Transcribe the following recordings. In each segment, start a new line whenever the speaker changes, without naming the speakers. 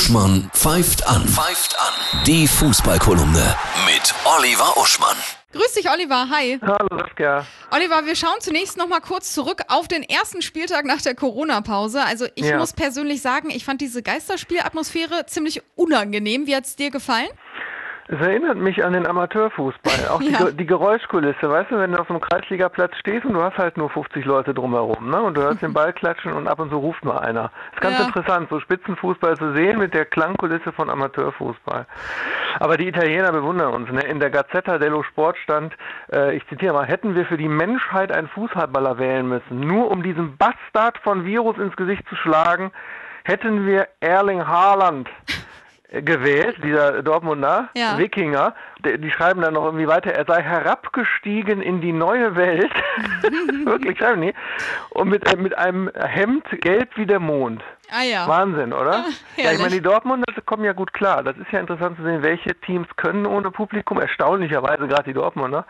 Uschmann pfeift an. Pfeift an. Die Fußballkolumne mit Oliver Uschmann.
Grüß dich, Oliver. Hi.
Hallo Saskia.
Oliver, wir schauen zunächst nochmal kurz zurück auf den ersten Spieltag nach der Corona-Pause. Also ich
Ja.
muss persönlich sagen, ich fand diese Geisterspielatmosphäre ziemlich unangenehm. Wie hat es dir gefallen?
Es erinnert mich an den Amateurfußball. Auch die,
Ja.
Ge- die Geräuschkulisse, weißt du, wenn du auf dem Kreisligaplatz stehst und du hast halt nur 50 Leute drumherum, ne? Und du hörst den Ball klatschen und ab und zu ruft mal einer. Ist ganz
Mhm. Ja.
interessant, so Spitzenfußball zu sehen mit der Klangkulisse von Amateurfußball. Aber die Italiener bewundern uns, ne? In der Gazzetta dello Sport stand, äh, ich zitiere mal, hätten wir für die Menschheit einen Fußballballer wählen müssen, nur um diesem Bastard von Virus ins Gesicht zu schlagen, hätten wir Erling Haaland gewählt, dieser Dortmunder
Ja.
Wikinger. D- Die schreiben dann noch irgendwie weiter, er sei herabgestiegen in die neue Welt. Wirklich, schreiben die. Und mit, äh, mit einem Hemd gelb wie der Mond.
Ah ja.
Wahnsinn, oder? ja,
herrlich.
ich meine, die Dortmunder kommen ja gut klar. Das ist ja interessant zu sehen, welche Teams können ohne Publikum, erstaunlicherweise gerade die Dortmunder,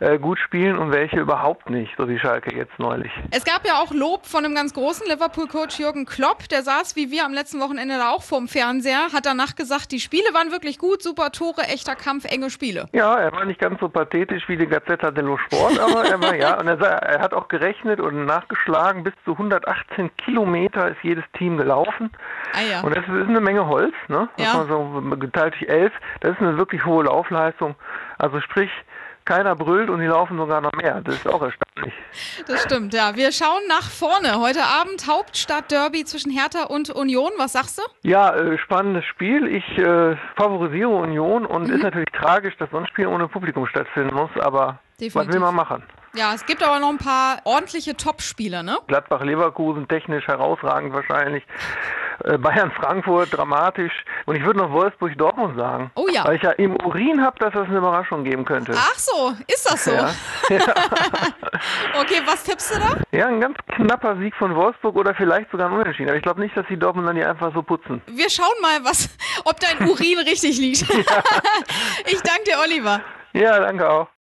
äh, gut spielen und welche überhaupt nicht, so wie Schalke jetzt neulich.
Es gab ja auch Lob von einem ganz großen Liverpool-Coach Jürgen Klopp. Der saß wie wir am letzten Wochenende da auch vorm Fernseher, hat danach gesagt, die Spiele waren wirklich gut, super Tore, echter Kampf, enge Spiele.
Ja, er war nicht ganz so pathetisch wie die Gazzetta dello Sport, aber er war ja, und er, sah, er hat auch gerechnet und nachgeschlagen, bis zu 118 Kilometer ist jedes Team gelaufen.
Ah ja.
Und das ist eine Menge Holz, ne? Das
Ja.
war so geteilt durch elf. Das ist eine wirklich hohe Laufleistung. Also sprich, keiner brüllt und die laufen sogar noch mehr. Das ist auch erstaunlich.
Das stimmt, ja. Wir schauen nach vorne. Heute Abend Hauptstadt-Derby zwischen Hertha und Union. Was sagst du?
Ja, äh, spannendes Spiel. Ich äh, favorisiere Union und
Mhm.
ist natürlich tragisch, dass so ein Spiel ohne Publikum stattfinden muss, aber was
Definitiv.
will man machen?
Ja, es gibt aber noch ein paar ordentliche Top-Spieler, ne?
Gladbach-Leverkusen technisch herausragend wahrscheinlich. Äh, Bayern-Frankfurt dramatisch. Und ich würde noch Wolfsburg-Dortmund sagen.
Oh ja.
Weil ich ja im Urin habe, dass das eine Überraschung geben könnte.
Ach so, ist das so?
Ja.
Okay, was tippst du da?
ja, ein ganz knapper Sieg von Wolfsburg oder vielleicht sogar ein Unentschieden. Aber ich glaube nicht, dass die Dortmund dann die einfach so putzen.
Wir schauen mal, was, ob dein Urin richtig liegt. Ich danke dir, Oliver.
Ja, danke auch.